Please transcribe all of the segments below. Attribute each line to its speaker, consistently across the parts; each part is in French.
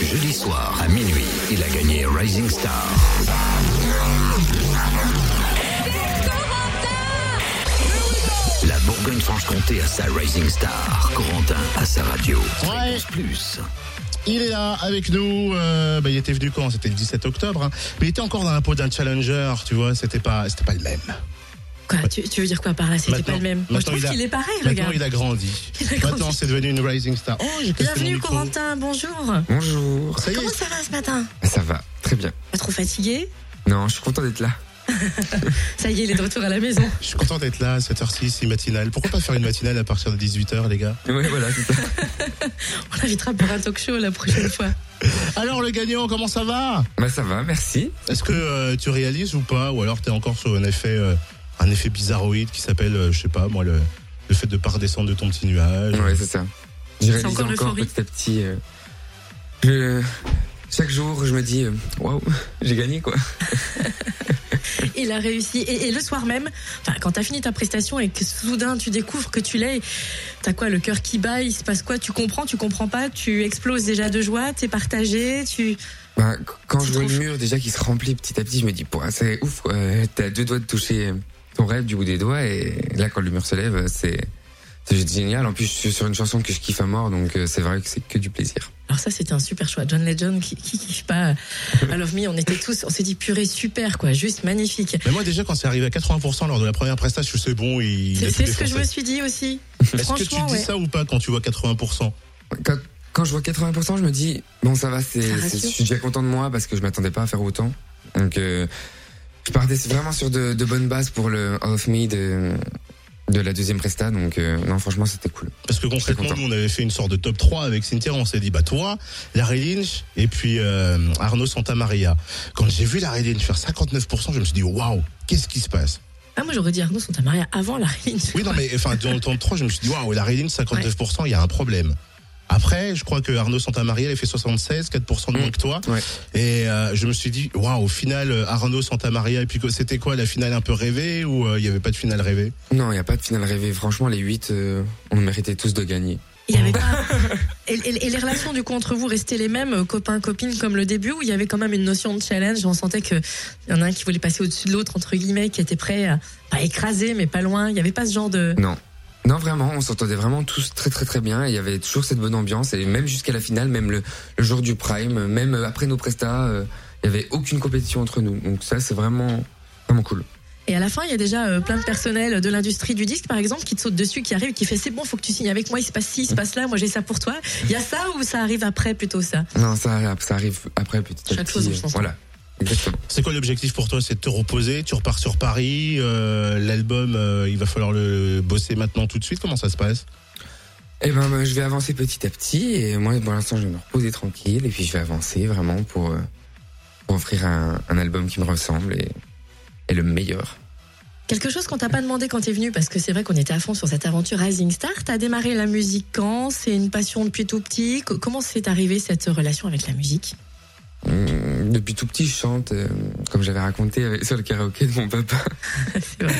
Speaker 1: Jeudi soir à minuit, il a gagné Rising Star. La Bourgogne-Franche-Comté a sa Rising Star. Corentin a sa radio.
Speaker 2: Ouais.
Speaker 1: Plus.
Speaker 2: Il est là avec nous. euh, bah, il était venu quand C'était le 17 octobre. hein. Mais il était encore dans la peau d'un challenger, tu vois. C'était pas, c'était pas le même.
Speaker 3: Quoi, tu, tu veux dire quoi par là C'était pas
Speaker 2: Maintenant-
Speaker 3: le même. Moi, je
Speaker 2: maintenant,
Speaker 3: trouve
Speaker 2: il a-
Speaker 3: qu'il est pareil, le
Speaker 2: Maintenant,
Speaker 3: gars.
Speaker 2: il a grandi.
Speaker 3: Il a grandi.
Speaker 2: Maintenant, c'est devenu une rising star. Oh, j'ai cassé mon
Speaker 3: Bienvenue,
Speaker 2: micro.
Speaker 3: Corentin. Bonjour.
Speaker 4: Bonjour. Ah,
Speaker 2: Ça y
Speaker 3: Comment
Speaker 2: est.
Speaker 3: ça va ce matin
Speaker 4: Ça va, très bien.
Speaker 3: Pas trop fatigué
Speaker 4: Non, je suis content d'être là.
Speaker 3: Ça y est, il est de retour à la maison.
Speaker 2: Je suis content d'être là à 7h06, c'est matinale. Pourquoi pas faire une matinale à partir de 18h, les gars
Speaker 4: Ouais, voilà, c'est ça.
Speaker 3: On l'invitera pour un talk show la prochaine fois.
Speaker 2: Alors, le gagnant, comment ça va
Speaker 4: Bah ça va, merci.
Speaker 2: Est-ce que euh, tu réalises ou pas Ou alors, t'es encore sur un effet, euh, un effet bizarroïde qui s'appelle, euh, je sais pas, moi, le, le fait de pas redescendre de ton petit nuage
Speaker 4: Ouais, c'est ça. J'ai réalisé
Speaker 3: encore
Speaker 4: encore,
Speaker 3: l'euphorie.
Speaker 4: petit à petit. euh, je- Chaque jour, je me dis, euh, waouh, j'ai gagné quoi.
Speaker 3: Il a réussi. Et, et le soir même, enfin, quand t'as fini ta prestation et que soudain tu découvres que tu l'es, t'as quoi Le cœur qui bat, il se passe quoi Tu comprends, tu comprends pas Tu exploses déjà de joie, t'es partagé, tu.
Speaker 4: Bah, qu- quand
Speaker 3: C'est
Speaker 4: je vois
Speaker 3: trop
Speaker 4: le mur déjà qui se remplit petit à petit, je me dis, Pouah, c'est ouf, quoi. t'as deux doigts de toucher euh, ton rêve du bout des doigts, et là quand le mur se lève, euh, c'est c'est juste génial. En plus, je suis sur une chanson que je kiffe à mort, donc euh, c'est vrai que c'est que du plaisir.
Speaker 3: Alors ça, c'était un super choix. John Legend qui, qui kiffe pas euh, I Love Me, on était tous, on s'est dit purée, super quoi, juste magnifique.
Speaker 2: Mais moi, déjà, quand c'est arrivé à 80% lors de la première prestation, c'est bon, il. il a tout
Speaker 3: C'est c'est ce que
Speaker 2: défoncé.
Speaker 3: je me suis dit aussi.
Speaker 2: Est-ce que tu
Speaker 3: Franchement,
Speaker 2: dis
Speaker 3: ouais.
Speaker 2: ça ou pas quand tu vois 80%
Speaker 4: Quand, quand je vois 80%, je me dis, bon, ça va, c'est,
Speaker 3: Ça rassure.
Speaker 4: c'est- je suis déjà content de moi parce que je m'attendais pas à faire autant. Donc, euh, je partais vraiment sur de, de bonnes bases pour le All of Me de, de la deuxième presta. Donc, euh, non, franchement, c'était cool.
Speaker 2: Parce que concrètement,
Speaker 4: content.
Speaker 2: nous, on avait fait une sorte de top 3 avec Cynthia. On s'est dit, bah, toi, Larry Lynch et puis euh, Arnaud Santamaria. Quand j'ai vu Larry Lynch faire 59%, je me suis dit, waouh, qu'est-ce qui se passe
Speaker 3: Ah, moi j'aurais dit Arnaud Santamaria avant la Lynch.
Speaker 2: Oui, non, mais enfin, dans le top 3, je me suis dit, waouh, Larry Lynch, 59%, il y a un problème. Après, je crois que Arnaud Santamaria, il a fait 76, 4% de moins
Speaker 4: Mm.
Speaker 2: que toi.
Speaker 4: Ouais.
Speaker 2: Et euh, je me suis dit, waouh, au final, euh, Arnaud Santamaria, et puis que- c'était quoi la finale un peu rêvée ou euh, il y avait pas de finale rêvée
Speaker 4: Non, il n'y a pas de finale rêvée. Franchement, les 8, on méritait tous de gagner.
Speaker 3: Il y avait pas. Et, et- et les relations du coup entre vous restaient les mêmes, euh, copains, copines, comme le début, où il y avait quand même une notion de challenge. On sentait qu'il y en a un qui voulait passer au-dessus de l'autre, entre guillemets, qui était prêt à pas écraser, mais pas loin. Il n'y avait pas ce genre de.
Speaker 4: Non. Non, vraiment, on s'entendait vraiment tous très très très bien. et Il y avait toujours cette bonne ambiance. Et même jusqu'à la finale, même le, le jour du prime, même après nos prestas, euh, il n'y avait aucune compétition entre nous. Donc, ça, c'est vraiment, vraiment cool.
Speaker 3: Et à la fin, il y a déjà euh, plein de personnel de l'industrie du disque, par exemple, qui te saute dessus, qui arrive, qui fait c'est bon, faut que tu signes avec moi, il se passe ci, il se passe là, moi j'ai ça pour toi. Il y a ça ou ça arrive après plutôt ça
Speaker 4: Non, ça, ça arrive après petit à
Speaker 3: Chaque
Speaker 4: petit. euh,
Speaker 3: chose en son temps.
Speaker 4: Voilà. Exactement.
Speaker 2: C'est quoi l'objectif pour toi C'est de te reposer, tu repars sur Paris, euh, l'album, euh, il va falloir le bosser maintenant tout de suite, comment ça se passe
Speaker 4: Et ben, ben, je vais avancer petit à petit. Et moi, pour l'instant, je vais me reposer tranquille. Et puis, je vais avancer vraiment pour, euh, pour offrir un, un album qui me ressemble et, et le meilleur.
Speaker 3: Quelque chose qu'on t'a pas demandé quand t'es venu, parce que c'est vrai qu'on était à fond sur cette aventure Rising Star. T'as démarré la musique quand C'est une passion depuis tout petit Co- Comment s'est arrivée cette relation avec la musique
Speaker 4: Hum, Depuis tout petit, je chante, euh, comme j'avais raconté, avec- sur le karaoké de mon papa.
Speaker 3: C'est vrai.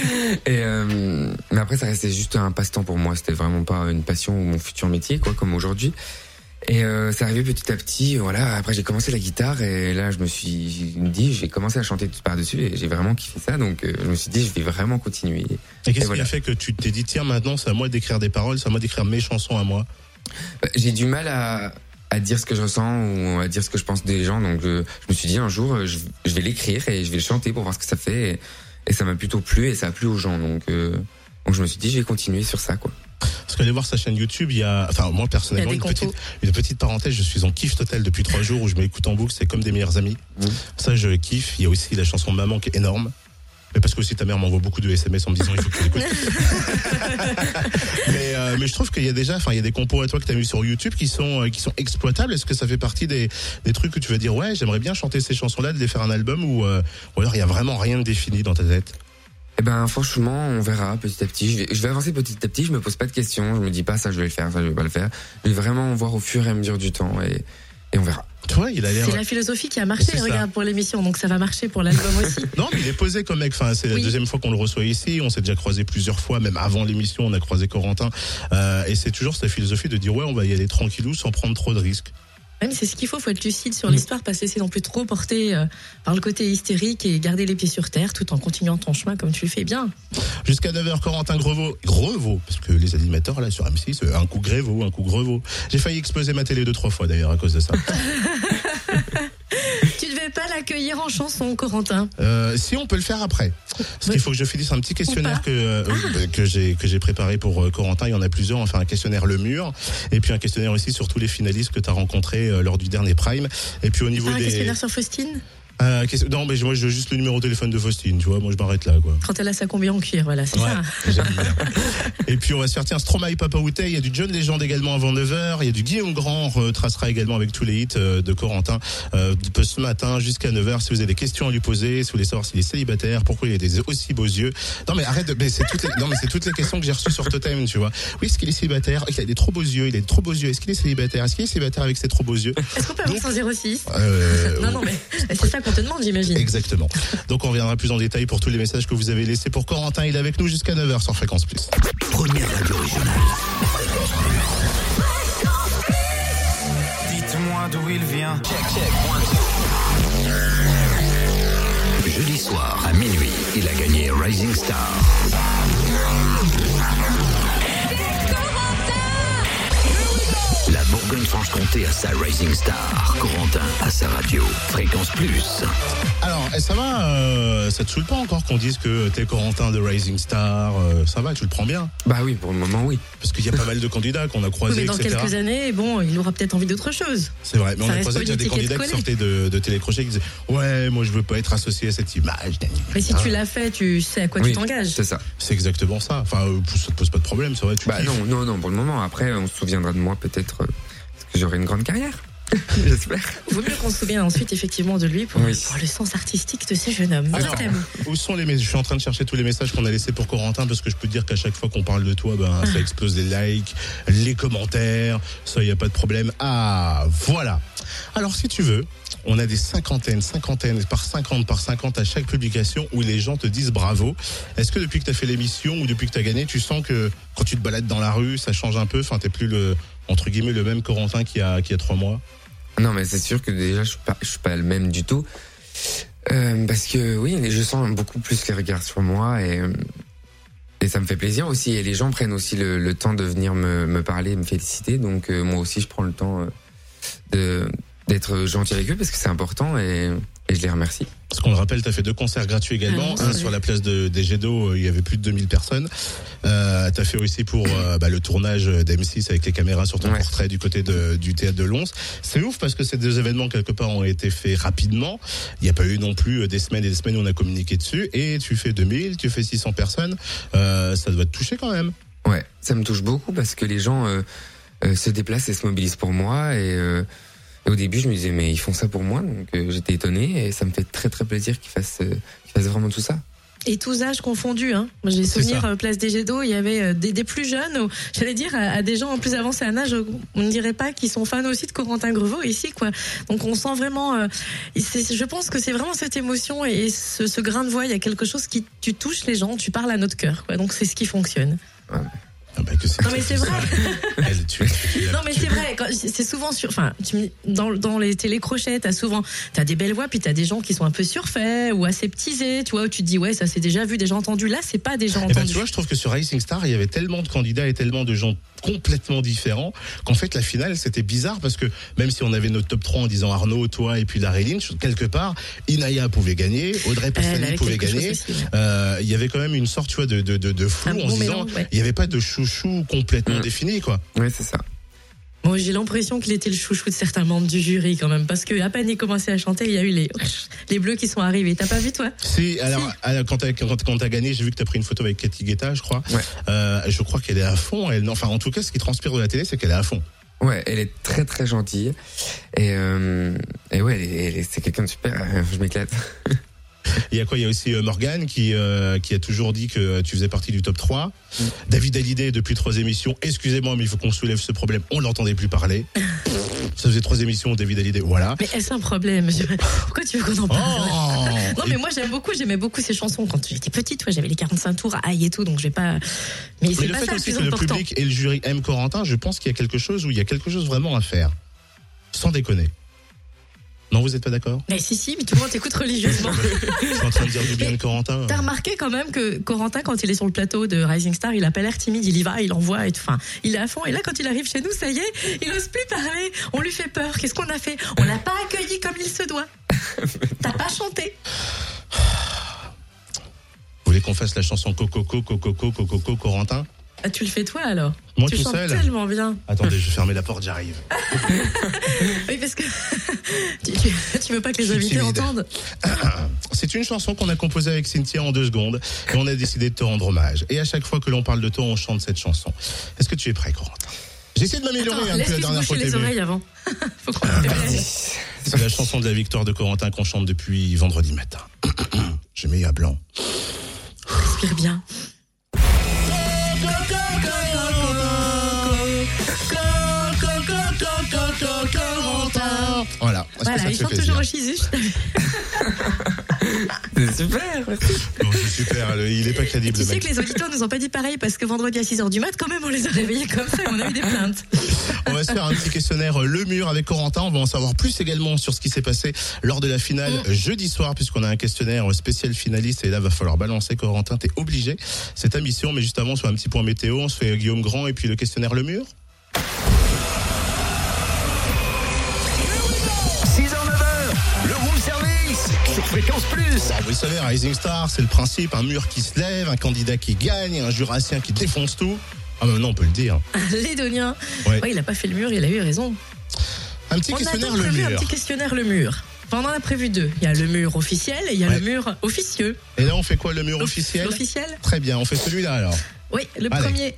Speaker 4: Et euh, mais après, ça restait juste un passe-temps pour moi. C'était vraiment pas une passion ou mon futur métier, quoi, comme aujourd'hui. Et euh, ça arrivait petit à petit. Voilà. Après, j'ai commencé la guitare et là, je me suis dit, j'ai commencé à chanter tout par dessus et j'ai vraiment kiffé ça. Donc, euh, je me suis dit, je vais vraiment continuer.
Speaker 2: Et qu'est-ce
Speaker 4: Et voilà.
Speaker 2: qui a fait que tu t'es dit, tiens, maintenant c'est à moi d'écrire des paroles, c'est à moi d'écrire mes chansons à moi
Speaker 4: Bah, J'ai du mal à, à dire ce que je ressens ou à dire ce que je pense des gens. Donc, euh, je me suis dit un jour, euh, je, je vais l'écrire et je vais le chanter pour voir ce que ça fait. Et, et ça m'a plutôt plu et ça a plu aux gens. Donc, euh, donc, je me suis dit, je vais continuer sur ça, quoi.
Speaker 2: Parce qu'aller voir sa chaîne YouTube, il y a, enfin moi personnellement,
Speaker 3: Il
Speaker 2: une
Speaker 3: y a des
Speaker 2: petite,
Speaker 3: compos.
Speaker 2: une petite parenthèse, je suis en kiff total depuis trois jours où je m'écoute en boucle, c'est comme des meilleurs amis.
Speaker 4: Mhm.
Speaker 2: Ça, je kiffe. Il y a aussi la chanson Maman qui est énorme. Mais parce que aussi ta mère m'envoie beaucoup de SMS en me disant il faut que tu l'écoutes. mais, euh, mais je trouve qu'il y a déjà, enfin il y a des compos à toi que t'as mis sur YouTube qui sont euh, qui sont exploitables. Est-ce que ça fait partie des, des trucs que tu vas dire ouais j'aimerais bien chanter ces chansons-là, de les faire un album ou euh, ou alors il y a vraiment rien de défini dans ta tête.
Speaker 4: Eh ben franchement, on verra petit à petit. Je vais, je vais avancer petit à petit. Je me pose pas de questions. Je me dis pas ça, je vais le faire, ça, je vais pas le faire. Je vais vraiment voir au fur et à mesure du temps et, et on verra.
Speaker 2: Ouais, il a l'air.
Speaker 3: C'est la philosophie qui a marché,
Speaker 2: C'est ça.
Speaker 3: regarde, pour l'émission, donc ça va marcher pour l'album aussi.
Speaker 2: Non, mais il est posé comme mec. Enfin, c'est la
Speaker 3: Oui.
Speaker 2: deuxième fois qu'on le reçoit ici. On s'est déjà croisé plusieurs fois, même avant l'émission, on a croisé Corentin. Euh, et c'est toujours sa philosophie de dire ouais, on va y aller tranquillou, sans prendre trop de risques.
Speaker 3: Même c'est ce qu'il faut, faut être lucide sur
Speaker 4: Mm.
Speaker 3: l'histoire, pas se laisser non plus trop porter euh, par le côté hystérique et garder les pieds sur terre tout en continuant ton chemin comme tu le fais bien.
Speaker 2: Jusqu'à 9h, Corentin Greveau. Greveau, parce que les animateurs, là, sur M6, euh, un coup Gréveau, un coup Greveau. J'ai failli exploser ma télé deux, trois fois, d'ailleurs, à cause de ça.
Speaker 3: Tu devais pas l'accueillir en chanson, Corentin.
Speaker 2: Euh, si on peut le faire après. Parce qu'il faut que je finisse un petit questionnaire que, euh,
Speaker 3: Ah.
Speaker 2: que j'ai que j'ai préparé pour euh, Corentin. Il y en a plusieurs. On va faire un questionnaire Le Mur. Et puis un questionnaire aussi sur tous les finalistes que tu as rencontrés euh, lors du dernier Prime. Et puis au niveau
Speaker 3: Ah, un
Speaker 2: des.
Speaker 3: questionnaire sur Faustine
Speaker 2: Euh, question- Non, mais moi, je veux juste le numéro de téléphone de Faustine. Tu vois, moi, je m'arrête là, quoi.
Speaker 3: Quand elle a sa combi en cuir, voilà, c'est
Speaker 2: Ouais,
Speaker 3: ça.
Speaker 2: j'aime bien. Et puis on va se faire tiens Stromae Papa Outé, il y a du John Legend également avant 9h, il y a du Guillaume Grand retracera également avec tous les hits euh, de Corentin euh, de ce matin jusqu'à 9h si vous avez des questions à lui poser, si vous voulez savoir s'il est célibataire, pourquoi il a des aussi beaux yeux. Non mais arrête de mais c'est toutes les non mais c'est toutes les questions que j'ai reçues sur Totem, tu vois. Oui, est-ce qu'il est célibataire Il a des trop beaux yeux, il a des trop beaux yeux. Est-ce qu'il est célibataire Est-ce qu'il est célibataire avec ses trop beaux yeux
Speaker 3: Est-ce qu'on peut avoir son 06
Speaker 2: Euh,
Speaker 3: Non, non, mais c'est ça qu'on te demande, j'imagine.
Speaker 2: Exactement. Donc on reviendra plus en détail pour tous les messages que vous avez laissés pour Corentin. Il est avec nous jusqu'à 9h sur Fréquence Plus.
Speaker 1: Première radio régionale.
Speaker 5: Dites-moi d'où il vient.
Speaker 1: Jeudi soir à minuit, il a gagné Rising Star. La Bourgogne-Franche-Comté a sa Rising Star. Corentin a sa radio. Fréquence Plus.
Speaker 2: Alors, eh, ça va, euh, ça te saoule pas encore qu'on dise que t'es Corentin de Rising Star euh, Ça va, tu le prends bien
Speaker 4: Bah oui, pour le moment, oui.
Speaker 2: Parce qu'il y a pas mal de candidats qu'on a
Speaker 3: Oui,
Speaker 2: croisés,
Speaker 3: mais dans
Speaker 2: etc.
Speaker 3: quelques années, bon, il aura peut-être envie d'autre chose.
Speaker 2: C'est vrai, mais on
Speaker 3: ça
Speaker 2: a
Speaker 3: reste
Speaker 2: croisé déjà des
Speaker 3: politique et de
Speaker 2: candidats qui
Speaker 3: coller.
Speaker 2: sortaient de, de télécrochet qui disaient Ouais, moi je veux pas être associé à cette image.
Speaker 3: Mais
Speaker 2: Ah.
Speaker 3: si tu l'as fait, tu sais à quoi
Speaker 4: oui,
Speaker 3: Bah, tu t'engages.
Speaker 4: C'est ça.
Speaker 2: C'est exactement ça. Enfin, euh, ça te pose pas de problème, c'est vrai. Tu
Speaker 4: Bah
Speaker 2: kiffes.
Speaker 4: non, non, non, pour le moment. Après, on se souviendra de moi peut-être euh, parce que j'aurai une grande carrière. J'espère.
Speaker 3: Vaut mieux qu'on se souvienne ensuite effectivement de lui pour,
Speaker 4: Oui.
Speaker 3: pour le sens artistique de ce jeune homme. Je
Speaker 2: Alors,
Speaker 3: t'aime.
Speaker 2: Où sont les messages Je suis en train de chercher tous les messages qu'on a laissés pour Corentin parce que je peux te dire qu'à chaque fois qu'on parle de toi, ben, ça explose les likes, les commentaires, ça y a pas de problème. Ah, voilà. Alors si tu veux, on a des cinquantaines, cinquantaines par cinquante par cinquante à chaque publication où les gens te disent bravo. Est-ce que depuis que tu as fait l'émission ou depuis que tu as gagné, tu sens que quand tu te balades dans la rue, ça change un peu Enfin, t'es plus le entre guillemets le même Corentin qu'il y a, qu'il y a trois mois.
Speaker 4: Non, mais c'est sûr que déjà, je suis pas, je suis pas le même du tout. Euh, parce que oui, les- je sens beaucoup plus les regards sur moi et, euh, et ça me fait plaisir aussi. Et les gens prennent aussi le, le temps de venir me, me parler et me féliciter. Donc euh, moi aussi, je prends le temps euh, de d'être gentil avec eux parce que c'est important et, et je les remercie.
Speaker 2: Parce qu'on le rappelle, tu as fait deux concerts gratuits également.
Speaker 3: Ah oui,
Speaker 2: un
Speaker 3: c'est
Speaker 2: sur
Speaker 3: vrai.
Speaker 2: la place de, des Jets d'eau, euh, il y avait plus de 2000 personnes. Euh, tu as fait aussi pour euh, bah, le tournage d'M6 avec les caméras sur ton
Speaker 4: Ouais.
Speaker 2: portrait du côté de- du théâtre de Lons. C'est ouf parce que ces deux événements, quelque part, ont été faits rapidement. Il n'y a pas eu non plus euh, des semaines et des semaines où on a communiqué dessus. Et tu fais 2000, tu fais 600 personnes. Euh, ça doit te toucher quand même.
Speaker 4: Ouais, ça me touche beaucoup parce que les gens euh, euh, se déplacent et se mobilisent pour moi. Et, euh, et au début, je me disais, mais ils font ça pour moi. Donc euh, j'étais étonné et ça me fait très très plaisir qu'ils fassent, euh, qu'ils fassent vraiment tout ça.
Speaker 3: Et tous âges confondus. Hein. Moi, J'ai
Speaker 2: C'est
Speaker 3: souvenir,
Speaker 2: ça.
Speaker 3: euh, Place des Jets d'eau, il y avait euh, des, des plus jeunes, ou, j'allais dire, à, à des gens en plus avancés en âge, on ne dirait pas qu'ils sont fans aussi de Corentin Greveau ici. quoi. Donc on sent vraiment, euh, et c'est- je pense que c'est vraiment cette émotion et, et ce, ce grain de voix, il y a quelque chose qui, tu touches les gens, tu parles à notre cœur. quoi. Donc c'est ce qui fonctionne.
Speaker 2: Ah bah, que
Speaker 3: Non mais c'est vrai
Speaker 2: Elle, tu- tu-
Speaker 3: Non mais c'est vrai, quand- c'est souvent sur, enfin, tu me- dans, dans les télécrochets, t'as souvent, t'as des belles voix, puis t'as des gens qui sont un peu surfaits ou aseptisés, tu vois, où tu te dis ouais, ça c'est déjà vu, déjà entendu. Là, c'est pas déjà
Speaker 2: Eh ben,
Speaker 3: entendu.
Speaker 2: tu vois, je trouve que sur Racing Star, il y avait tellement de candidats et tellement de gens complètement différents qu'en fait, la finale, c'était bizarre parce que même si on avait notre top 3 en disant Arnaud, toi et puis Larry Lynch, quelque part, Inaya pouvait gagner, Audrey
Speaker 3: Eh, Elle
Speaker 2: Pestani
Speaker 3: avait
Speaker 2: pouvait
Speaker 3: quelque chose
Speaker 2: gagner.
Speaker 3: aussi, ouais.
Speaker 2: Euh, Il y avait quand même une sorte, tu vois, de, de, de, de flou
Speaker 3: Un
Speaker 2: en
Speaker 3: bon
Speaker 2: se disant,
Speaker 3: mélange, ouais.
Speaker 2: il n'y avait pas de chouchou complètement
Speaker 4: Mm.
Speaker 2: défini, quoi.
Speaker 4: Ouais, c'est ça.
Speaker 3: Bon, j'ai l'impression qu'il était le chouchou de certains membres du jury quand même, parce que à peine il commençait à chanter, il y a eu les les bleus qui sont arrivés. T'as pas vu toi
Speaker 2: Si, alors, alors, quand t'as quand, quand t'as gagné, j'ai vu que t'as pris une photo avec Cathy Guetta, je crois.
Speaker 4: Ouais.
Speaker 2: Euh, je crois qu'elle est à fond. Elle, non, enfin, en tout cas, ce qui transpire de la télé, c'est qu'elle est à fond.
Speaker 4: Ouais, elle est très très gentille. Et, euh, et ouais, elle est- elle est- c'est quelqu'un de super. euh, Je m'éclate.
Speaker 2: Il y a quoi Il y a aussi euh, Morgane qui, euh, qui a toujours dit que euh, tu faisais partie du top 3.
Speaker 3: Mm.
Speaker 2: David Hallyday, depuis trois émissions, excusez-moi, mais il faut qu'on soulève ce problème, on l'entendait plus parler. Ça faisait trois émissions, David Hallyday. Voilà.
Speaker 3: Mais est-ce un problème je- Pourquoi tu veux qu'on en parle
Speaker 2: Oh
Speaker 3: Non, mais moi j'aime beaucoup, j'aimais beaucoup ces chansons quand j'étais petite. Ouais, j'avais les 45 tours, aïe et tout, donc je vais pas. Mais
Speaker 2: Mais
Speaker 3: c'est
Speaker 2: le
Speaker 3: pas
Speaker 2: fait
Speaker 3: ça le
Speaker 2: aussi
Speaker 3: plus
Speaker 2: que le
Speaker 3: important.
Speaker 2: public et le jury aiment Corentin, je pense qu'il y a quelque chose où il y a quelque chose vraiment à faire. Sans déconner. Non, vous n'êtes pas d'accord
Speaker 3: Mais si, si, mais tout le monde t'écoute religieusement.
Speaker 2: Je suis en train de dire du bien de Corentin.
Speaker 3: T'as remarqué quand même que Corentin, quand il est sur le plateau de Rising Star, il a pas l'air timide, il y va, il envoie et tout. Enfin, il est à fond. Et là, quand il arrive chez nous, ça y est, il n'ose plus parler. On lui fait peur. Qu'est-ce qu'on a fait On l'a pas accueilli comme il se doit. T'as pas chanté.
Speaker 2: Vous voulez qu'on fasse la chanson Coco, Coco, Coco, Coco, Coco, Corentin
Speaker 3: Ah, tu le fais toi alors
Speaker 2: Moi
Speaker 3: Tu
Speaker 2: tout
Speaker 3: chantes
Speaker 2: seul
Speaker 3: tellement bien.
Speaker 2: Attendez, je vais fermer la porte, j'arrive.
Speaker 3: Oui, parce que tu, tu- tu veux pas que les
Speaker 2: Je suis
Speaker 3: invités
Speaker 2: timide.
Speaker 3: entendent.
Speaker 2: C'est une chanson qu'on a composée avec Cynthia en deux secondes et on a décidé de te rendre hommage. Et à chaque fois que l'on parle de toi, on chante cette chanson. Est-ce que tu es prêt, Corentin J'essaie de m'améliorer
Speaker 3: Attends,
Speaker 2: un peu la
Speaker 3: laisse-lui se
Speaker 2: dernière
Speaker 3: boucher
Speaker 2: fois. au
Speaker 3: les
Speaker 2: début.
Speaker 3: oreilles avant. Faut qu'on
Speaker 2: Ah,
Speaker 3: le fasse.
Speaker 2: C'est la chanson de la victoire de Corentin qu'on chante depuis vendredi matin. Je mets à blanc.
Speaker 3: respire bien.
Speaker 2: Voilà. Est-ce que ça
Speaker 3: Voilà,
Speaker 2: te
Speaker 3: il
Speaker 2: fait
Speaker 3: chante toujours
Speaker 2: plaisir
Speaker 3: au chisu.
Speaker 4: C'est super.
Speaker 2: Bon, c'est super, le- il est pas crédible.
Speaker 3: Tu
Speaker 2: le
Speaker 3: sais
Speaker 2: mec.
Speaker 3: que les auditeurs nous ont pas dit pareil parce que vendredi à 6h du mat, quand même, on les a réveillés comme ça et on a eu des plaintes.
Speaker 2: On va se faire un petit questionnaire euh, Le Mur avec Corentin. On va en savoir plus également sur ce qui s'est passé lors de la finale
Speaker 3: Mm.
Speaker 2: jeudi soir, puisqu'on a un questionnaire spécial finaliste. Et là, va falloir balancer Corentin. T'es obligé. C'est ta mission. Mais juste avant, sur un petit point météo, on se fait Guillaume Grand et puis le questionnaire Le Mur.
Speaker 1: 6h, 9h, le room service sur Fréquence Plus.
Speaker 2: Ah, vous le savez, Rising Star, c'est le principe. Un mur qui se lève, un candidat qui gagne, un jurassien qui défonce tout. Ah, maintenant, on peut le dire.
Speaker 3: Lédonien.
Speaker 2: Ouais.
Speaker 3: Ouais, il a pas fait le mur, il a eu raison.
Speaker 2: Un petit
Speaker 3: on a
Speaker 2: questionnaire
Speaker 3: donc
Speaker 2: Le
Speaker 3: prévu un
Speaker 2: Mur.
Speaker 3: petit questionnaire le mur. Enfin, on en a prévu deux. Il y a le mur officiel et il y a
Speaker 2: Ouais.
Speaker 3: le mur officieux.
Speaker 2: Et là, on fait quoi, Le Mur officiel
Speaker 3: L'officiel
Speaker 2: Très bien, on fait celui-là alors.
Speaker 3: Oui, le
Speaker 2: Allez.
Speaker 3: premier.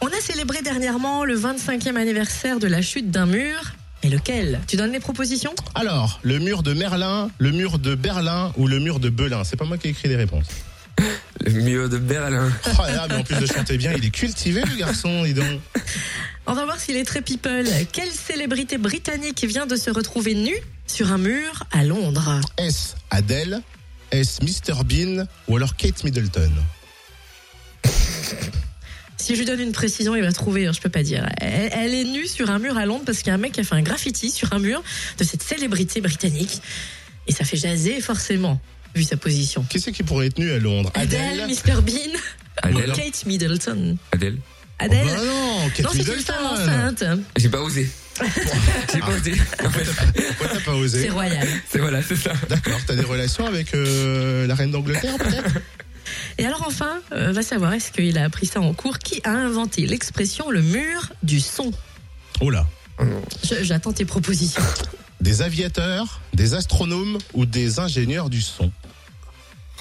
Speaker 3: On a célébré dernièrement le 25e anniversaire de la chute d'un mur. Et lequel Tu donnes les propositions
Speaker 2: Alors, le mur de Merlin, le mur de Berlin ou le mur de Belin C'est pas moi qui ai écrit les réponses.
Speaker 4: Le mieux de Berlin.
Speaker 2: Oh là là, mais en plus de chanter bien, il est cultivé le garçon, dis donc.
Speaker 3: On va voir s'il est très people. Quelle célébrité britannique vient de se retrouver nue sur un mur à Londres
Speaker 2: Est-ce Adèle Est-ce Mr Bean Ou alors Kate Middleton
Speaker 3: Si je lui donne une précision, il va trouver, hein, je peux pas dire. Elle, elle est nue sur un mur à Londres parce qu'il y a un mec qui a fait un graffiti sur un mur de cette célébrité britannique. Et ça fait jaser, forcément, vu sa position.
Speaker 2: Qui c'est qui pourrait être nu à Londres
Speaker 3: Adèle, Mr Bean,
Speaker 4: Adèle.
Speaker 3: Kate Middleton.
Speaker 4: Adèle.
Speaker 3: Adèle
Speaker 2: Oh bah non, Kate
Speaker 3: Non, c'est une
Speaker 2: Middleton
Speaker 3: femme enceinte.
Speaker 4: J'ai pas osé. J'ai pas osé.
Speaker 3: Ah.
Speaker 4: En fait,
Speaker 2: Pourquoi t'as pas
Speaker 3: C'est
Speaker 2: osé
Speaker 3: royal.
Speaker 4: c'est voilà, c'est ça.
Speaker 2: D'accord, t'as des relations avec euh, la reine d'Angleterre peut-être
Speaker 3: Et alors enfin, euh, va savoir, est-ce qu'il a appris ça en cours Qui a inventé l'expression le mur du son
Speaker 2: Oh là
Speaker 3: Je- J'attends tes propositions.
Speaker 2: Des aviateurs, des astronomes ou des ingénieurs du son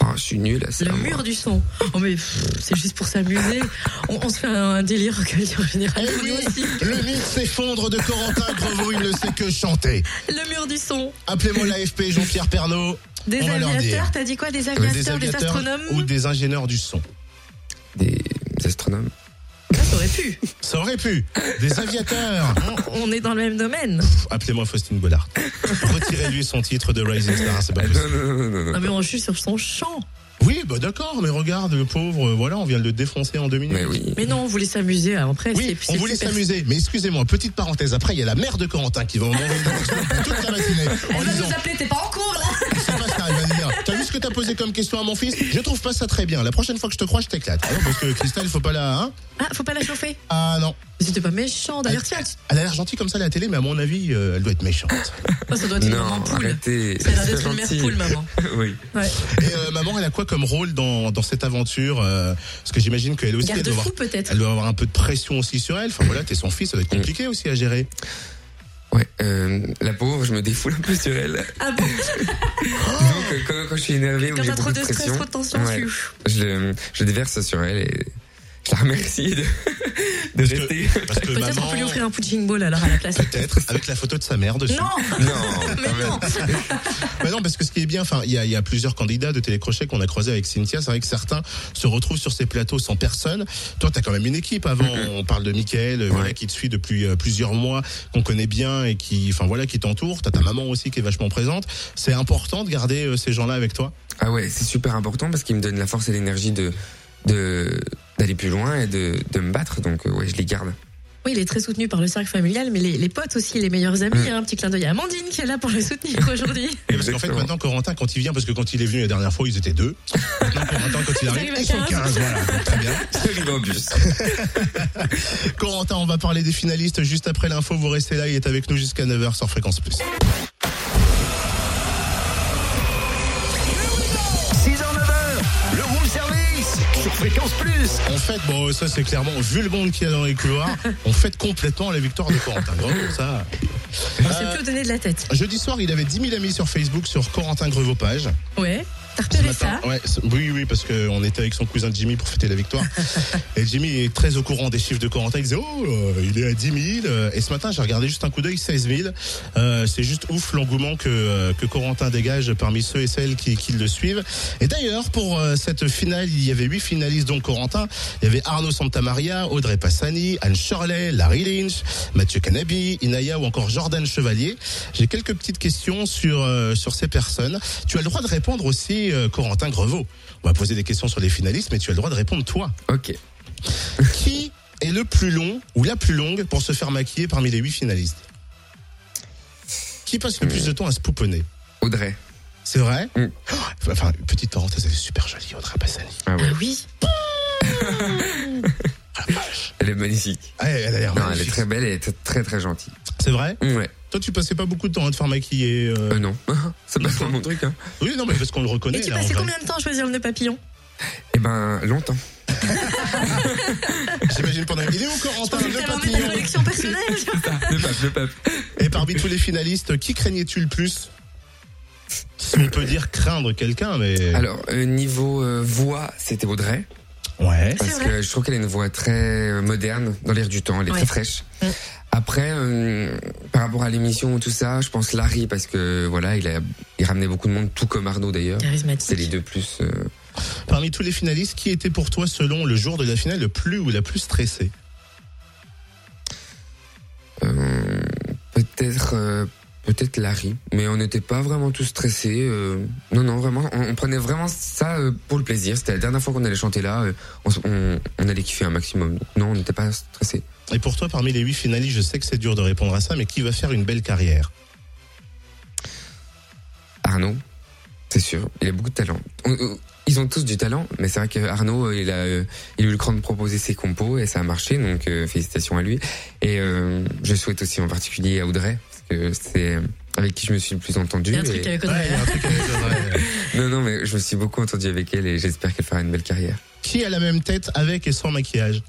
Speaker 4: Oh, je suis nul, là, c'est
Speaker 3: Le
Speaker 4: à moi.
Speaker 3: mur du son. Oh mais pff, c'est juste pour s'amuser. On, on se fait un, un délire que en général.
Speaker 2: Eh
Speaker 3: nous
Speaker 2: oui,
Speaker 3: Ah, aussi.
Speaker 2: le mythe s'effondre de Corentin Crevaux, il ne sait que chanter.
Speaker 3: Le mur du son.
Speaker 2: Appelez-moi l'AFP Jean-Pierre Pernaud.
Speaker 3: Des
Speaker 2: On va leur
Speaker 3: aviateurs,
Speaker 2: dire.
Speaker 3: t'as dit quoi Des
Speaker 2: Euh,
Speaker 3: aviateurs, des, astronomes
Speaker 2: ou des ingénieurs du son.
Speaker 4: Des astronomes.
Speaker 3: Ah, Ça aurait pu.
Speaker 2: Ça aurait pu. Des aviateurs.
Speaker 3: On est dans le même domaine.
Speaker 2: Pff, Appelez-moi Faustine Bollard. Retirez-lui son titre de Rising Star, hein, c'est pas
Speaker 4: Ah,
Speaker 2: possible.
Speaker 4: non, non, non, non,
Speaker 3: Non
Speaker 4: non.
Speaker 3: mais on chute sur son champ.
Speaker 2: Oui, bah d'accord, mais regarde, le pauvre, euh, voilà, on vient de le défoncer en deux minutes.
Speaker 4: Mais oui.
Speaker 3: Mais non, on voulait s'amuser. alors Après,
Speaker 2: Oui,
Speaker 3: c'est-
Speaker 2: on
Speaker 3: c'est-
Speaker 2: voulait
Speaker 3: c'est-
Speaker 2: s'amuser, mais excusez-moi, petite parenthèse, après il y a la mère de Corentin qui va m'envoyer une question toute la matinée en
Speaker 3: Elle va
Speaker 2: disant
Speaker 3: nous appeler, t'es pas en cours là
Speaker 2: Je sais pas ce qu'elle va dire. T'as vu ce que t'as posé comme question à mon fils Je trouve pas ça très bien. La prochaine fois que je te crois, je t'éclate. Ah non, parce que Christelle, faut pas la. Hein
Speaker 3: Ah, faut pas la chauffer.
Speaker 2: ah non.
Speaker 3: Mais C'était pas méchant. D'ailleurs, tiens, tu-
Speaker 2: Elle a l'air gentille comme ça à la télé, mais à mon avis, euh, elle doit être méchante.
Speaker 3: oh, ça doit être une maman
Speaker 4: Non,
Speaker 3: poule.
Speaker 4: arrêtez.
Speaker 3: Ça a l'air
Speaker 4: C'est
Speaker 3: d'être une mère
Speaker 4: gentil.
Speaker 3: poule, maman.
Speaker 4: Oui.
Speaker 3: Ouais.
Speaker 2: Et euh, maman, elle a quoi comme rôle dans, dans cette aventure euh, Parce que j'imagine qu'elle aussi, elle doit, avoir,
Speaker 3: Garde-fou peut-être.
Speaker 2: elle doit avoir un peu de pression aussi sur elle. Enfin voilà, t'es son fils, ça doit
Speaker 3: Mm.
Speaker 2: être compliqué aussi à gérer.
Speaker 4: Ouais, euh, la pauvre, je me défoule un peu sur elle.
Speaker 3: Ah bon
Speaker 4: Donc, euh, quand, quand je suis énervé ou
Speaker 3: Oh. Quand
Speaker 4: j'ai
Speaker 3: t'as trop
Speaker 4: beaucoup
Speaker 3: de
Speaker 4: de
Speaker 3: stress,
Speaker 4: pression,
Speaker 3: trop de tension,
Speaker 4: Ouais.
Speaker 3: tu...
Speaker 4: je, le- je déverse sur elle et je la remercie de, de
Speaker 2: Parce que-
Speaker 4: rester.
Speaker 2: Parce que
Speaker 3: Peut-être
Speaker 2: maman,
Speaker 3: on peut lui offrir un punching ball alors à la place.
Speaker 2: peut-être, avec la photo de sa mère dessus.
Speaker 3: Non,
Speaker 4: Non,
Speaker 3: mais non.
Speaker 2: Bah non, parce que ce qui est bien, enfin, il y a, il y a plusieurs candidats de télécrochet qu'on a croisés avec Cynthia. C'est vrai que certains se retrouvent sur ces plateaux sans personne. Toi, t'as quand même une équipe avant. On parle de Mickaël, euh, voilà, qui te suit depuis euh, plusieurs mois, qu'on connaît bien et qui, enfin voilà, qui t'entoure. T'as ta maman aussi qui est vachement présente. C'est important de garder euh, ces gens-là avec toi.
Speaker 4: Ah ouais, c'est super important parce qu'il me donne la force et l'énergie de de- d'aller plus loin et de, de me battre. Donc euh, ouais, je les garde.
Speaker 3: Oui, il est très soutenu par le cercle familial, mais les, les potes aussi, les meilleurs
Speaker 2: Mm.
Speaker 3: amis. hein, Un petit clin d'œil à Amandine qui est là pour le soutenir aujourd'hui.
Speaker 2: Et parce qu'en fait,
Speaker 4: Exactement.
Speaker 2: maintenant, Corentin, quand il vient, parce que quand il est venu la dernière fois, ils étaient deux. Maintenant, Corentin, quand il arrive,
Speaker 3: arrivent à
Speaker 2: ils sont
Speaker 3: 15.
Speaker 2: 15. Voilà, Donc, très bien.
Speaker 4: Je ris dans le bus.
Speaker 2: Corentin, on va parler des finalistes juste après l'info. Vous restez là, il est avec nous jusqu'à 9h sur Fréquence Plus.
Speaker 1: 6h, 9h, le room service sur Fréquence Plus.
Speaker 2: On fête, bon, ça c'est clairement, vu le monde qu'il y a dans les couloirs, on fête complètement la victoire de Corentin. Vraiment, ça.
Speaker 3: On s'est plus au donner de la tête.
Speaker 2: Jeudi soir, il avait 10 000 amis sur Facebook sur Corentin Grevaux Page.
Speaker 3: Ouais. hein. T'as
Speaker 2: Ce
Speaker 3: repéré
Speaker 2: matin-
Speaker 3: ça
Speaker 2: ouais, ce- oui, oui, parce qu'on était avec son cousin Jimmy pour fêter la victoire. et Jimmy est très au courant des chiffres de Corentin. Il disait, oh, euh, il est à 10 000. euh, Et ce matin, j'ai regardé juste un coup d'œil, 16 000. Euh, c'est juste ouf l'engouement que, euh, que Corentin dégage parmi ceux et celles qui, qui le suivent. Et d'ailleurs, pour euh, cette finale, il y avait huit finalistes, dont Corentin. Il y avait Arnaud Santamaria, Audrey Passani, Anne Shirley, Larry Lynch, Mathieu Canabi, Inaya ou encore Jordan Chevalier. J'ai quelques petites questions sur, euh, sur ces personnes. Tu as le droit de répondre aussi, euh, Corentin Grevaux. On va poser des questions sur les finalistes, mais tu as le droit de répondre toi.
Speaker 4: Ok.
Speaker 2: Qui est le plus long ou la plus longue pour se faire maquiller parmi les huit finalistes Qui passe le plus de temps à se pouponner
Speaker 4: Audrey.
Speaker 2: C'est vrai
Speaker 4: Euh. Mm.
Speaker 2: Oh, Enfin, petite parenthèse, elle est super jolie, Audrey Passani.
Speaker 3: Ah
Speaker 4: Ah ouais.
Speaker 3: oui.
Speaker 4: Elle est magnifique.
Speaker 2: Ah, elle a l'air
Speaker 4: Non, elle est
Speaker 2: magnifique.
Speaker 4: très belle et t- très très gentille.
Speaker 2: C'est vrai
Speaker 4: Ouais.
Speaker 2: Toi, tu passais pas beaucoup de temps à te faire maquiller. euh,
Speaker 4: Euh, non. C'est pas vraiment mon truc. Hein.
Speaker 2: Oui, non, mais parce qu'on le reconnaît.
Speaker 3: Et tu
Speaker 2: là, en
Speaker 3: passais
Speaker 2: vrai.
Speaker 3: combien de temps à choisir le nœud papillon
Speaker 4: Eh ben longtemps.
Speaker 2: J'imagine pendant. Il est où Corentin
Speaker 3: Tu
Speaker 2: Le
Speaker 3: t'avais emmené ta
Speaker 2: papillon
Speaker 3: collection personnelle
Speaker 4: Le pape, le pape.
Speaker 2: Et parmi tous les finalistes, qui craignais-tu le plus Si on peut dire craindre quelqu'un, mais.
Speaker 4: Alors euh, niveau euh, voix, c'était Audrey.
Speaker 2: Ouais.
Speaker 4: Parce
Speaker 3: C'est
Speaker 4: que je trouve qu'elle a une voix très euh, moderne, dans l'air du temps, elle est
Speaker 3: Ouais.
Speaker 4: très fraîche.
Speaker 3: Mm.
Speaker 4: Après, euh, par rapport à l'émission, tout ça, je pense Larry, parce que voilà, il a il ramenait beaucoup de monde, tout comme Arnaud d'ailleurs. C'est les
Speaker 3: Charismatique.
Speaker 4: deux plus. euh,
Speaker 2: Parmi tous les finalistes, qui était pour toi, selon le jour de la finale, le plus ou la plus stressée
Speaker 4: euh, peut-être euh, peut-être Larry, mais on n'était pas vraiment tous stressés. euh, non, non, vraiment, on, on prenait vraiment ça euh, pour le plaisir. C'était la dernière fois qu'on allait chanter là, euh, on, s- on- on allait kiffer un maximum. Non, on n'était pas stressés.
Speaker 2: Et pour toi, parmi les huit finalistes, je sais que c'est dur de répondre à ça, mais qui va faire une belle carrière
Speaker 4: Arnaud, c'est sûr, il a beaucoup de talent. On- on- ils ont tous du talent, mais c'est vrai que Arnaud, euh, il a, euh, il a eu le cran de proposer ses compos et ça a marché, donc euh, félicitations à lui. Et euh, je souhaite aussi en particulier à Audrey, parce que c'est euh, avec qui je me suis le plus entendu.
Speaker 3: Il y a un truc
Speaker 4: et-
Speaker 3: avec
Speaker 2: Ouais, il y
Speaker 3: Audrey.
Speaker 2: a un truc à dire, ouais.
Speaker 4: Non, non, mais je me suis beaucoup entendu avec elle et j'espère qu'elle fera une belle carrière.
Speaker 2: Qui a la même tête avec et sans maquillage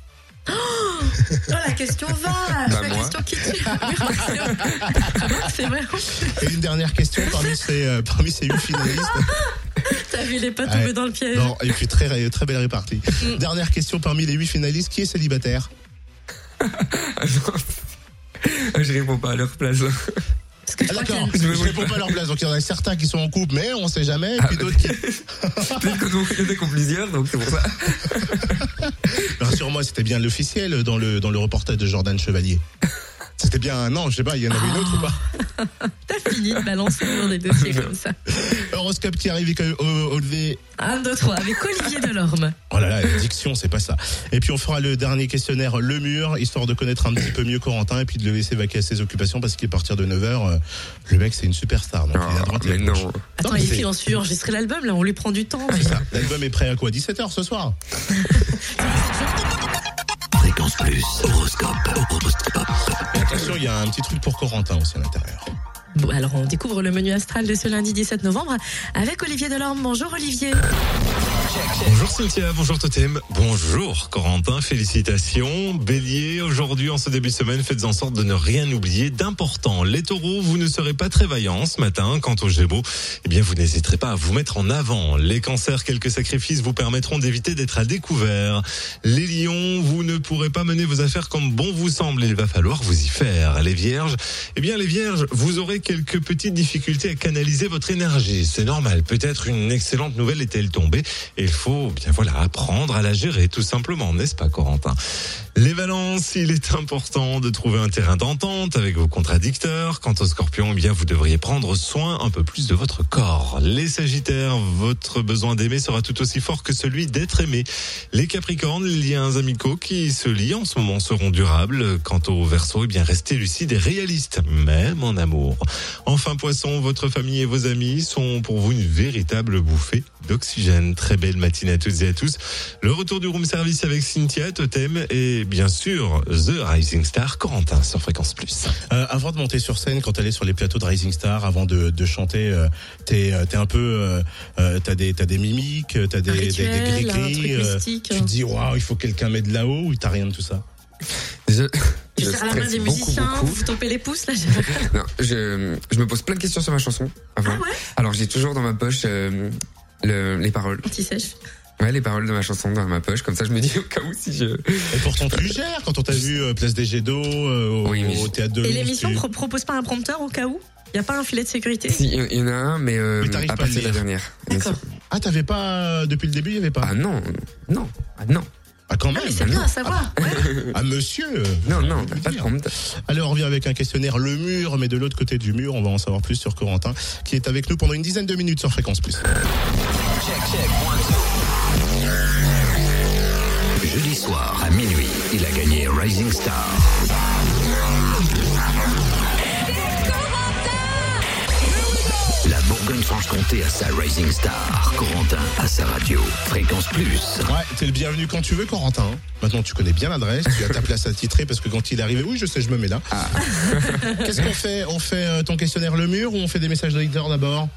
Speaker 3: Oh, la question va
Speaker 4: Bah,
Speaker 3: La
Speaker 4: moi.
Speaker 3: question qui tue. C'est vrai.
Speaker 2: Et une dernière question parmi ces, euh, parmi ces huit finalistes.
Speaker 3: T'as vu, il est pas
Speaker 2: Ouais.
Speaker 3: tombé dans le piège.
Speaker 2: Non, et puis très, très belle répartie. Dernière question parmi les huit finalistes, qui est célibataire Ah,
Speaker 3: Ah
Speaker 4: Ah, je réponds pas à leur place. hein.
Speaker 3: Parce que je
Speaker 2: Ah,
Speaker 3: crois qu'il y a
Speaker 2: D'accord,
Speaker 3: une-
Speaker 2: je ne réponds pas à leur place. Donc il y en a certains qui sont en couple, mais on sait jamais. Et
Speaker 4: Ah,
Speaker 2: puis d'autres qui.
Speaker 4: Peut-être qu'on y en a qui ont plusieurs, donc c'est pour ça.
Speaker 2: Rassure-moi, c'était bien l'officiel dans le, dans le reportage de Jordan Chevalier. C'était bien un an, je sais pas, il y en avait une autre ou pas
Speaker 3: T'as fini de balancer dans des dossiers comme ça.
Speaker 2: Horoscope qui arrive avec, euh, Olivier.
Speaker 3: Un, deux, trois, avec Olivier Delorme.
Speaker 2: Oh là là, la diction, c'est pas ça. Et puis on fera le dernier questionnaire, le mur, histoire de connaître un petit peu mieux Corentin et puis de le laisser vaquer à ses occupations parce qu'à partir de 9h, euh, le mec c'est une superstar. Donc il est à droite et à
Speaker 4: Ah, mais
Speaker 2: gauche.
Speaker 4: non.
Speaker 3: Attends,
Speaker 2: mais
Speaker 3: il
Speaker 2: c'est-
Speaker 3: file en enregistrer l'album, là, on lui prend du temps.
Speaker 2: C'est ça. L'album est prêt à quoi 17h ce soir
Speaker 1: Fréquence Plus, horoscope, horoscope.
Speaker 2: Et attention, il y a un petit truc pour Corentin aussi à l'intérieur.
Speaker 3: Bon, alors, on découvre le menu astral de ce lundi 17 novembre avec Olivier Delorme. Bonjour, Olivier.
Speaker 5: Bonjour Cynthia, bonjour Totem, bonjour Corentin, félicitations. Bélier, aujourd'hui en ce début de semaine, faites en sorte de ne rien oublier d'important. Les taureaux, vous ne serez pas très vaillants ce matin. Quant aux gémeaux, eh bien vous n'hésiterez pas à vous mettre en avant. Les cancers, quelques sacrifices vous permettront d'éviter d'être à découvert. hein. Les lions, vous ne pourrez pas mener vos affaires comme bon vous semble, il va falloir vous y faire. Les vierges, eh bien les vierges, vous aurez quelques petites difficultés à canaliser votre énergie. C'est normal, peut-être une excellente nouvelle est-elle tombée et il faut eh bien voilà apprendre à la gérer tout simplement, n'est-ce pas Corentin Les balances, il est important de trouver un terrain d'entente avec vos contradicteurs. Quant aux scorpions, eh bien vous devriez prendre soin un peu plus de votre corps. Les sagittaires, votre besoin d'aimer sera tout aussi fort que celui d'être aimé. Les Capricornes, les liens amicaux qui se lient en ce moment seront durables. Quant au Verseau, eh bien restez lucide et réaliste, même en amour. Enfin Poisson, votre famille et vos amis sont pour vous une véritable bouffée d'oxygène. Très belle matinée à toutes et à tous. Le retour du room service avec Cynthia, Totem et bien sûr The Rising Star Corentin sur Fréquence Plus.
Speaker 2: Euh, avant de monter sur scène, quand t'allais sur les plateaux de Rising Star, avant de, de chanter, euh, t'es euh, t'es un peu, euh, euh, t'as des t'as des mimiques, t'as des
Speaker 3: Un
Speaker 2: des-
Speaker 3: rituel,
Speaker 2: des
Speaker 3: un truc
Speaker 2: gris
Speaker 3: mystique. hein.
Speaker 2: Tu te dis waouh, il faut que quelqu'un m'aide là-haut ou t'as rien de tout ça.
Speaker 4: Déjà,
Speaker 3: Tu
Speaker 4: je
Speaker 3: serres la main
Speaker 4: stresse
Speaker 3: des
Speaker 4: beaucoup,
Speaker 3: musiciens,
Speaker 4: beaucoup.
Speaker 3: vous tompez les pouces là.
Speaker 4: Non, je, je me pose plein de questions sur ma chanson. avant.
Speaker 3: Ah ouais
Speaker 4: Alors j'ai toujours dans ma poche euh, le- les paroles.
Speaker 3: Anti-sèche.
Speaker 4: Ouais, les paroles de ma chanson dans ma poche. Comme ça, je me dis au cas où si je.
Speaker 2: Et pourtant tu gères quand on t'a vu euh, place des Jets d'eau euh, au,
Speaker 4: Oui, mais-
Speaker 2: au théâtre de
Speaker 3: Et
Speaker 2: Lons,
Speaker 3: l'émission
Speaker 2: tu-
Speaker 3: pro- propose pas un prompteur au cas où Il n'y a pas un filet de sécurité
Speaker 4: Si, il y en a un, mais euh,
Speaker 2: Mais t'arrives
Speaker 4: à
Speaker 2: pas à le
Speaker 4: partir de la
Speaker 2: lire.
Speaker 4: dernière. bien
Speaker 3: D'accord.
Speaker 4: sûr.
Speaker 2: Ah t'avais pas euh, depuis le début, il y avait pas.
Speaker 4: Ah non, non, ah non,
Speaker 2: Ah quand
Speaker 3: Ah,
Speaker 2: même.
Speaker 3: mais c'est bien à savoir. ouais.
Speaker 2: Ah monsieur.
Speaker 4: non, non,
Speaker 2: peut
Speaker 4: pas de
Speaker 2: dire.
Speaker 4: prompt.
Speaker 2: Allez, on revient avec un questionnaire le mur, mais de l'autre côté du mur, on va en savoir plus sur Corentin, qui est avec nous pendant une dizaine de minutes sur Fréquence Plus.
Speaker 1: Jeudi soir à minuit, il a gagné Rising Star. La Bourgogne-Franche-Comté a sa Rising Star. Corentin a sa radio. Fréquence Plus.
Speaker 2: Ouais, t'es le bienvenu quand tu veux, Corentin. hein. Maintenant, tu connais bien l'adresse, tu as ta place attitrée parce que quand il est arrivé, oui, je sais, je me mets là.
Speaker 4: Ah.
Speaker 2: Qu'est-ce qu'on fait On fait euh, ton questionnaire le mur ou on fait des messages d'auditeurs d'abord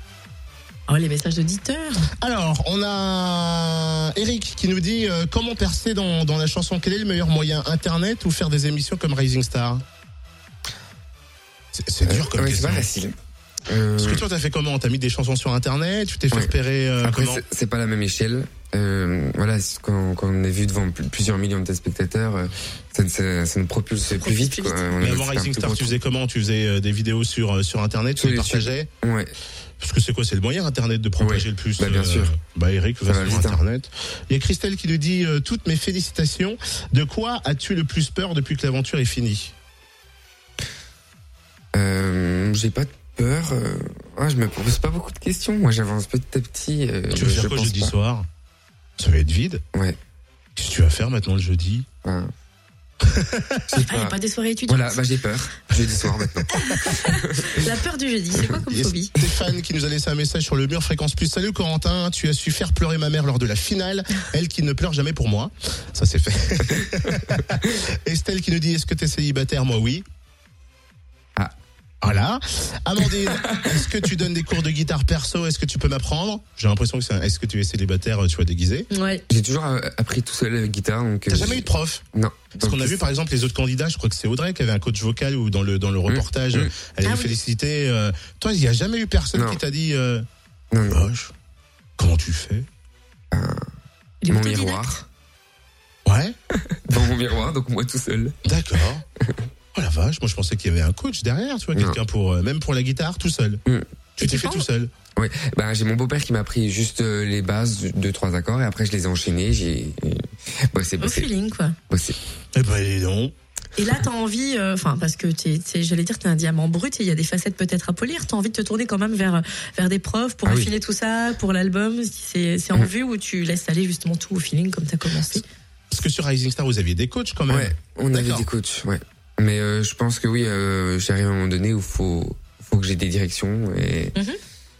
Speaker 3: Oh, les messages d'auditeurs.
Speaker 2: Alors, on a Eric qui nous dit euh, comment percer dans, dans la chanson. Quel est le meilleur moyen Internet ou faire des émissions comme Rising Star C'est- C'est dur comme
Speaker 4: Ouais, c'est
Speaker 2: question.
Speaker 4: pas facile. Euh,
Speaker 2: Parce que toi, t'as fait comment T'as mis des chansons sur Internet Tu t'es fait
Speaker 4: Ouais.
Speaker 2: repérer euh,
Speaker 4: Après,
Speaker 2: comment
Speaker 4: c'est- c'est pas la même échelle. Euh, voilà, c'est- quand, quand on est vu devant pl- plusieurs millions de téléspectateurs, euh, ça, ça- ça nous propulse plus
Speaker 3: propulse
Speaker 4: vite.
Speaker 3: plus
Speaker 4: Quoi.
Speaker 3: vite.
Speaker 4: On
Speaker 2: Mais
Speaker 4: a-
Speaker 2: avant
Speaker 4: c'est un
Speaker 2: Rising
Speaker 4: plus
Speaker 2: Star,
Speaker 4: gros
Speaker 2: tu faisais comment Tu faisais euh, des vidéos sur, euh, sur Internet, tu
Speaker 4: Sur
Speaker 2: les
Speaker 4: YouTube.
Speaker 2: partageais
Speaker 4: truc. Ouais.
Speaker 2: Parce que c'est quoi C'est le moyen Internet de propager
Speaker 4: Ouais.
Speaker 2: le plus
Speaker 4: Bah, bien
Speaker 2: euh,
Speaker 4: sûr.
Speaker 2: Bah Eric, va
Speaker 4: Ça va
Speaker 2: sur
Speaker 4: vite, hein.
Speaker 2: Internet. Il y a Christelle qui nous dit euh, Toutes mes félicitations. De quoi as-tu le plus peur depuis que l'aventure est finie
Speaker 4: Euh, J'ai pas de peur. euh, ouais, je me pose pas beaucoup de questions. Moi, j'avance petit à petit. euh,
Speaker 2: Tu veux
Speaker 4: je
Speaker 2: faire quoi
Speaker 4: pense
Speaker 2: jeudi
Speaker 4: pas.
Speaker 2: soir Ça va être vide.
Speaker 4: Ouais.
Speaker 2: Qu'est-ce que tu vas faire maintenant le jeudi
Speaker 4: Enfin, je sais
Speaker 3: Ah, il n'y a
Speaker 4: pas.
Speaker 3: pas des soirées étudiantes.
Speaker 4: Voilà, bah, j'ai peur. Jeudi soir maintenant.
Speaker 3: La peur du jeudi, c'est quoi comme
Speaker 2: Il y a
Speaker 3: phobie
Speaker 2: Stéphane qui nous a laissé un message sur le mur Fréquence Plus. Salut Corentin, tu as su faire pleurer ma mère lors de la finale. Elle qui ne pleure jamais pour moi. Ça c'est fait. Estelle qui nous dit Est-ce que t'es célibataire Moi oui.
Speaker 4: Ah.
Speaker 2: Voilà. Amandine, est-ce que tu donnes des cours de guitare perso Est-ce que tu peux m'apprendre J'ai l'impression que c'est un Est-ce que tu es célibataire euh, Tu vois déguisé
Speaker 3: Ouais.
Speaker 4: J'ai toujours euh, appris tout seul avec guitare. donc, euh,
Speaker 2: T'as jamais eu de prof
Speaker 4: Non.
Speaker 2: Parce
Speaker 4: Donc,
Speaker 2: qu'on a vu par exemple les autres candidats, je crois que c'est Audrey qui avait un coach vocal ou dans le, dans le reportage,
Speaker 4: mmh.
Speaker 2: elle
Speaker 3: Ah
Speaker 2: avait
Speaker 3: oui.
Speaker 2: félicité. euh, toi, il n'y a jamais eu personne
Speaker 4: Non.
Speaker 2: qui t'a dit euh,
Speaker 4: Non, non.
Speaker 2: Moche, comment tu fais
Speaker 3: Il est
Speaker 4: Mon
Speaker 3: autodidacte.
Speaker 4: miroir.
Speaker 2: Ouais,
Speaker 4: Dans mon miroir, donc moi tout seul.
Speaker 2: d'accord. Oh la vache, moi je pensais qu'il y avait un coach derrière, tu vois,
Speaker 4: Non.
Speaker 2: quelqu'un pour, euh, même pour la guitare, tout seul.
Speaker 4: Mm.
Speaker 2: Tu
Speaker 3: Et
Speaker 2: t'es
Speaker 3: tu
Speaker 2: fait
Speaker 3: penses-
Speaker 2: tout seul.
Speaker 4: Ouais, bah j'ai mon beau-père qui m'a appris juste euh, les bases, deux trois accords et après je les ai enchaînés, j'ai euh, bossé
Speaker 3: Au
Speaker 4: bossé
Speaker 3: feeling, quoi.
Speaker 4: bossé.
Speaker 2: Eh ben, dis donc.
Speaker 3: Et là, t'as envie, euh, enfin, parce que t'es, t'es- j'allais dire, t'es un diamant brut et il y a des facettes peut-être à polir. T'as envie de te tourner quand même vers, vers des profs pour
Speaker 4: Ah oui.
Speaker 3: affiner tout ça, pour l'album, si c'est, c'est en
Speaker 4: Mhm.
Speaker 3: vue ou tu laisses aller justement tout au feeling comme t'as commencé.
Speaker 2: Parce que sur Rising Star, vous aviez des coachs quand même.
Speaker 4: Ouais, on avait
Speaker 2: D'accord.
Speaker 4: des coachs, ouais. Mais euh, je pense que oui, euh, j'arrive à un moment donné où faut faut que j'ai des directions et,
Speaker 3: Mhm.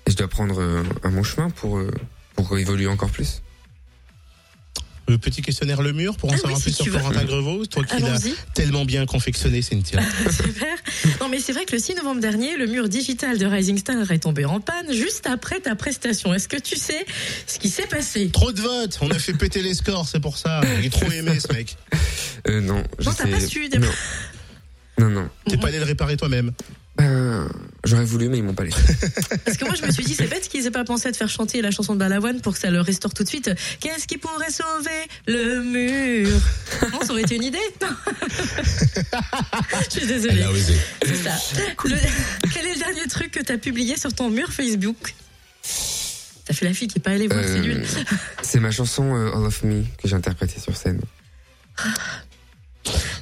Speaker 4: et je dois prendre euh, un bon chemin pour euh, pour évoluer encore plus.
Speaker 2: le petit questionnaire Le Mur pour en
Speaker 3: Ah
Speaker 2: savoir
Speaker 3: oui,
Speaker 2: plus
Speaker 3: si tu
Speaker 2: sur
Speaker 3: veux.
Speaker 2: Corentin Grevaux, toi qui l'as
Speaker 3: Allons-y.
Speaker 2: tellement bien confectionné, Cynthia.
Speaker 3: Super. Non, mais c'est vrai que le 6 novembre dernier, le mur digital de Rising Star est tombé en panne juste après ta prestation. Est-ce que tu sais ce qui s'est passé
Speaker 2: Trop de votes, on a fait péter les scores, c'est pour ça. Il est trop aimé ce mec.
Speaker 4: Euh, non, je
Speaker 3: Non, t'as
Speaker 4: sais-
Speaker 3: pas su, des-
Speaker 4: Non, non. non.
Speaker 2: T'es pas allé le réparer toi-même.
Speaker 4: Ben, j'aurais voulu, mais ils m'ont pas laissé.
Speaker 3: Parce que moi, je me suis dit, c'est bête qu'ils aient pas pensé de faire chanter la chanson de Balavoine pour que ça le restaure tout de suite. Qu'est-ce qui pourrait sauver le mur Non, ça aurait été une idée. Non. je suis désolée.
Speaker 2: osé.
Speaker 3: C'est ça. Le- Quel est le dernier truc que t'as publié sur ton mur Facebook T'as fait la fille qui est pas allée voir, c'est
Speaker 4: Euh,
Speaker 3: nul.
Speaker 4: C'est ma chanson euh, All of Me que j'ai interprétée sur scène.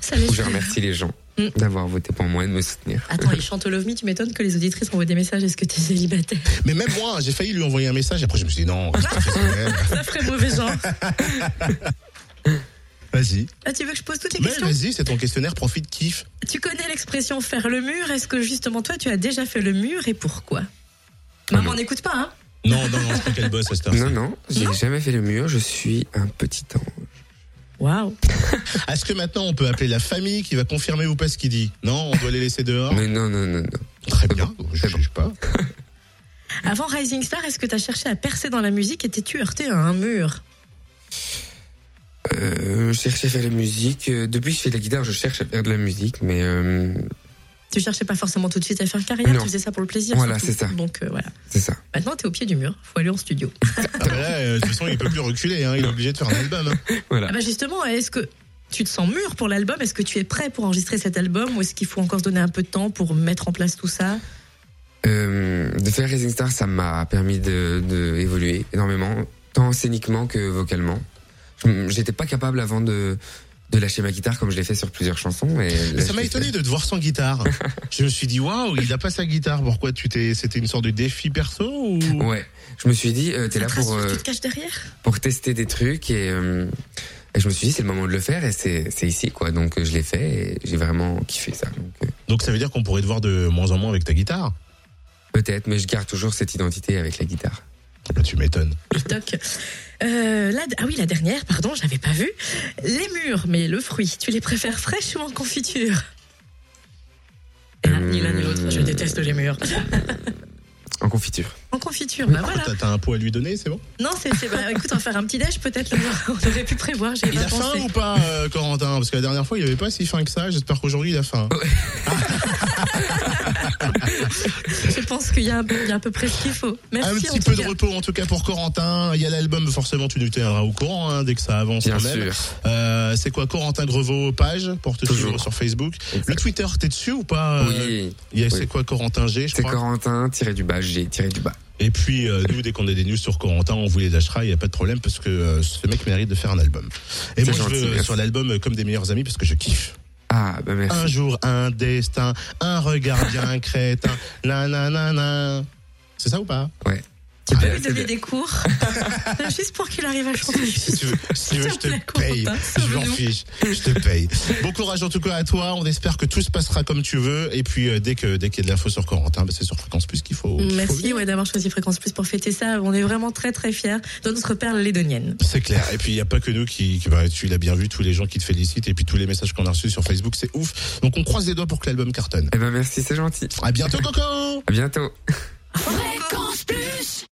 Speaker 3: Ça laisse
Speaker 4: Où je
Speaker 3: faire.
Speaker 4: remercie les gens
Speaker 3: Mm.
Speaker 4: d'avoir voté pour moi et de me soutenir.
Speaker 3: Attends, il chante Love Me, tu m'étonnes que les auditrices envoient des messages. Est-ce que t'es célibataire
Speaker 2: Mais même moi, j'ai failli lui envoyer un message. Après, je me suis dit non, reste professionnel.
Speaker 3: Ça ferait mauvais genre.
Speaker 2: Vas-y.
Speaker 3: Ah, tu veux que je pose toutes les
Speaker 2: Mais
Speaker 3: questions
Speaker 2: vas-y, c'est ton questionnaire, profite, kiffe.
Speaker 3: Tu connais l'expression faire le mur. Est-ce que justement toi, tu as déjà fait le mur et pourquoi
Speaker 4: Ah
Speaker 3: Maman,
Speaker 4: non.
Speaker 3: n'écoute pas, hein
Speaker 2: Non, non, non, je crois qu'elle bosse à cette heure.
Speaker 4: Non, non, j'ai
Speaker 3: Non.
Speaker 4: jamais fait le mur, je suis un petit ange.
Speaker 3: Waouh
Speaker 2: Est-ce que maintenant on peut appeler la famille qui va confirmer ou pas ce qu'il dit Non, on doit les laisser dehors.
Speaker 4: Mais non, non, non, non.
Speaker 2: Très
Speaker 4: c'est
Speaker 2: bien, je juge pas.
Speaker 3: Avant Rising Star, est-ce que t'as cherché à percer dans la musique et t'es-tu heurté à un mur
Speaker 4: Euh, je cherchais à faire de la musique. Euh, Depuis que je fais de la guitare, je cherche à faire de la musique, mais euh,
Speaker 3: Tu cherchais pas forcément tout de suite à faire carrière,
Speaker 4: Non.
Speaker 3: tu faisais ça pour le plaisir.
Speaker 4: Voilà,
Speaker 3: surtout.
Speaker 4: c'est ça.
Speaker 3: Donc euh, voilà.
Speaker 4: c'est ça.
Speaker 3: Maintenant, t'es au pied du mur, faut aller en studio.
Speaker 2: Ah bah là, euh, de toute façon, il peut plus reculer, hein, il est obligé de faire un album. hein.
Speaker 4: Voilà.
Speaker 3: Ah bah justement, est-ce que tu te sens mûr pour l'album Est-ce que tu es prêt pour enregistrer cet album ou est-ce qu'il faut encore se donner un peu de temps pour mettre en place tout ça
Speaker 4: Euh, de faire Rising Star, ça m'a permis de, de évoluer énormément, tant scéniquement que vocalement. Je- J'étais pas capable avant de, de lâcher ma guitare comme je l'ai fait sur plusieurs chansons. Et là,
Speaker 2: Mais ça
Speaker 4: je
Speaker 2: m'a
Speaker 4: l'ai
Speaker 2: étonné
Speaker 4: fait.
Speaker 2: de te voir sans guitare. Je me suis dit, waouh, il a pas sa guitare. Pourquoi tu t'es. C'était une sorte de défi perso ou.
Speaker 4: Ouais, je me suis dit, euh, t'es là
Speaker 3: Trace,
Speaker 4: pour euh,
Speaker 3: Tu te caches derrière
Speaker 4: pour tester des trucs et, euh, et je me suis dit c'est le moment de le faire et c'est c'est ici quoi. Donc euh, je l'ai fait et j'ai vraiment kiffé ça. Donc, euh,
Speaker 2: Donc ça veut dire qu'on pourrait te voir de moins en moins avec ta guitare.
Speaker 4: peut-être, mais je garde toujours cette identité avec la guitare.
Speaker 2: Bah, tu m'étonnes.
Speaker 3: TikTok. Euh, la- ah oui, la dernière, pardon, je l'avais pas vu. Les mûrs, mais le fruit, tu les préfères fraîches ou en confiture Et là, Ni l'un ni l'autre,
Speaker 2: Euh.
Speaker 3: je déteste les mûrs.
Speaker 4: En confiture.
Speaker 3: En confiture, bah voilà.
Speaker 2: T'as- T'as un pot à lui donner, c'est bon
Speaker 3: Non, c'est. c'est- Bah, écoute, on va faire un petit déj peut-être, là, on aurait pu prévoir, j'ai
Speaker 2: Il
Speaker 3: pas
Speaker 2: a faim
Speaker 3: pensé.
Speaker 2: ou pas, euh, Corentin Parce que la dernière fois, il avait pas si faim que ça. J'espère qu'aujourd'hui, il a faim.
Speaker 3: Je pense qu'il y, a un peu- il y a à peu près ce qu'il faut. Merci
Speaker 2: Un
Speaker 3: en
Speaker 2: petit
Speaker 3: tout
Speaker 2: peu de
Speaker 3: cas.
Speaker 2: repos en tout cas pour Corentin. Il y a l'album, forcément tu nous tiendras au courant hein, dès que ça avance
Speaker 4: Bien
Speaker 2: quand même.
Speaker 4: sûr.
Speaker 2: Euh, c'est quoi Corentin Grevaux page pour te
Speaker 4: Toujours.
Speaker 2: suivre sur Facebook.
Speaker 4: Exact.
Speaker 2: Le Twitter, t'es dessus ou pas euh,
Speaker 4: oui.
Speaker 2: il y a-
Speaker 4: oui.
Speaker 2: C'est quoi Corentin G, je
Speaker 4: C'est
Speaker 2: crois.
Speaker 4: Corentin tiré du bas, j'ai tiré du bas.
Speaker 2: Et puis euh, nous, dès qu'on a des news sur Corentin, on vous les lâchera. Il y a pas de problème parce que euh, ce mec mérite de faire un album. Et
Speaker 4: C'est
Speaker 2: moi,
Speaker 4: gentil,
Speaker 2: je veux euh,
Speaker 4: merci.
Speaker 2: sur l'album euh, comme des meilleurs amis parce que je kiffe.
Speaker 4: Ah bah merci.
Speaker 2: Un jour, un destin, un regard bien crétin. La na na na. C'est ça ou pas
Speaker 3: Tu
Speaker 4: Ah,
Speaker 3: peux lui
Speaker 4: c'est
Speaker 3: donner
Speaker 4: bien.
Speaker 3: des cours juste pour qu'il arrive à
Speaker 2: Si
Speaker 3: chanter.
Speaker 2: tu veux, si tu veux, je
Speaker 3: S'il te plaît,
Speaker 2: te
Speaker 3: Corentin,
Speaker 2: paye. Je m'en
Speaker 3: sauve-nous.
Speaker 2: fiche. Je te paye. Bon courage en tout cas à toi. On espère que tout se passera comme tu veux. Et puis euh, dès que dès qu'il y a de l'info sur Corentin, bah, c'est sur Fréquence Plus qu'il faut. qu'il faut
Speaker 3: Merci
Speaker 2: venir.
Speaker 3: ouais, d'avoir choisi Fréquence Plus pour fêter ça. On est vraiment très très fiers de notre perle lédonienne.
Speaker 2: C'est clair. Et puis il n'y a pas que nous qui, qui bah, tu l'as bien vu, tous les gens qui te félicitent et puis tous les messages qu'on a reçus sur Facebook, c'est ouf. Donc on croise les doigts pour que l'album cartonne.
Speaker 4: Eh ben merci, c'est gentil.
Speaker 2: À bientôt Coco.
Speaker 4: À bientôt.
Speaker 3: Au revoir.